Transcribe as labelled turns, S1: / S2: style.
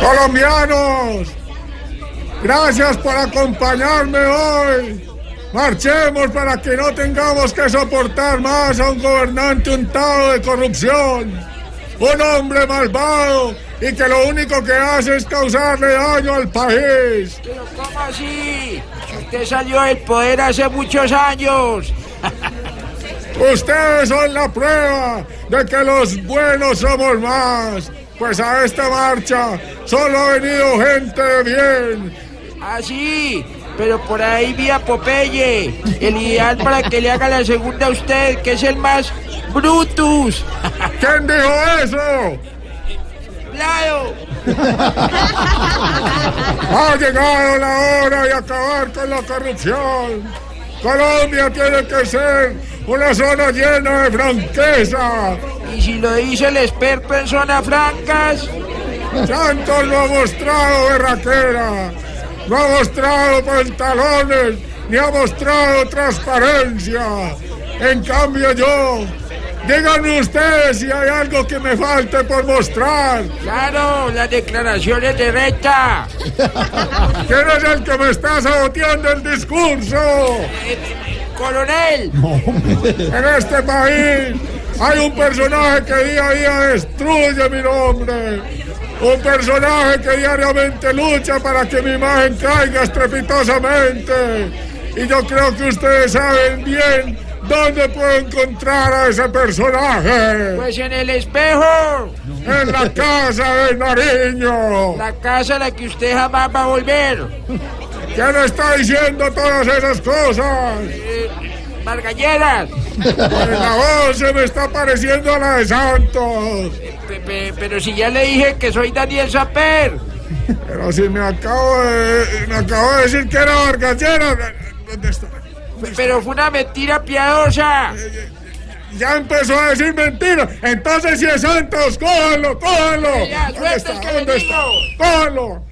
S1: Colombianos, gracias por acompañarme hoy. Marchemos para que no tengamos que soportar más a un gobernante untado de corrupción, un hombre malvado y que lo único que hace es causarle daño al país.
S2: Pero ¿cómo así? Usted salió del poder hace muchos años.
S1: Ustedes son la prueba de que los buenos somos más. Pues a esta marcha solo ha venido gente de bien.
S2: Así, Ah, pero por ahí vi a Popeye, el ideal para que le haga la segunda a usted, que es el más Brutus.
S1: ¿Quién dijo eso?
S2: Claro.
S1: Ha llegado la hora de acabar con la corrupción. Colombia tiene que ser una zona llena de franqueza.
S2: Y si lo dice el experto en zonas francas,
S1: Santos no ha mostrado berraquera, no ha mostrado pantalones, ni ha mostrado transparencia. En cambio yo, díganme ustedes si hay algo que me falte por mostrar.
S2: claro, las declaraciones de Reta.
S1: ¿Quién es el que me está saboteando el discurso?
S2: Coronel,
S1: En este país hay un personaje que día a día destruye mi nombre. Un personaje que diariamente lucha para que mi imagen caiga estrepitosamente. Y yo creo que ustedes saben bien dónde puedo encontrar a ese personaje.
S2: pues en el espejo,
S1: En la casa de Nariño.
S2: la casa a la que usted jamás va a volver.
S1: ¿Quién está diciendo todas esas cosas?
S2: Eh, Margalleras,
S1: Pues la voz se me está pareciendo a la de Santos.
S2: Pe- pe- pero si ya le dije que soy Daniel Saper.
S1: Pero si me acabo de, me acabo de decir que era Vargas Lleras, ¿dónde está?
S2: Pero fue una mentira piadosa.
S1: Ya empezó a decir mentiras. Entonces, si es Santos, cójanlo, cójanlo.
S2: Ya, suelta el que le digo.
S1: Cójanlo.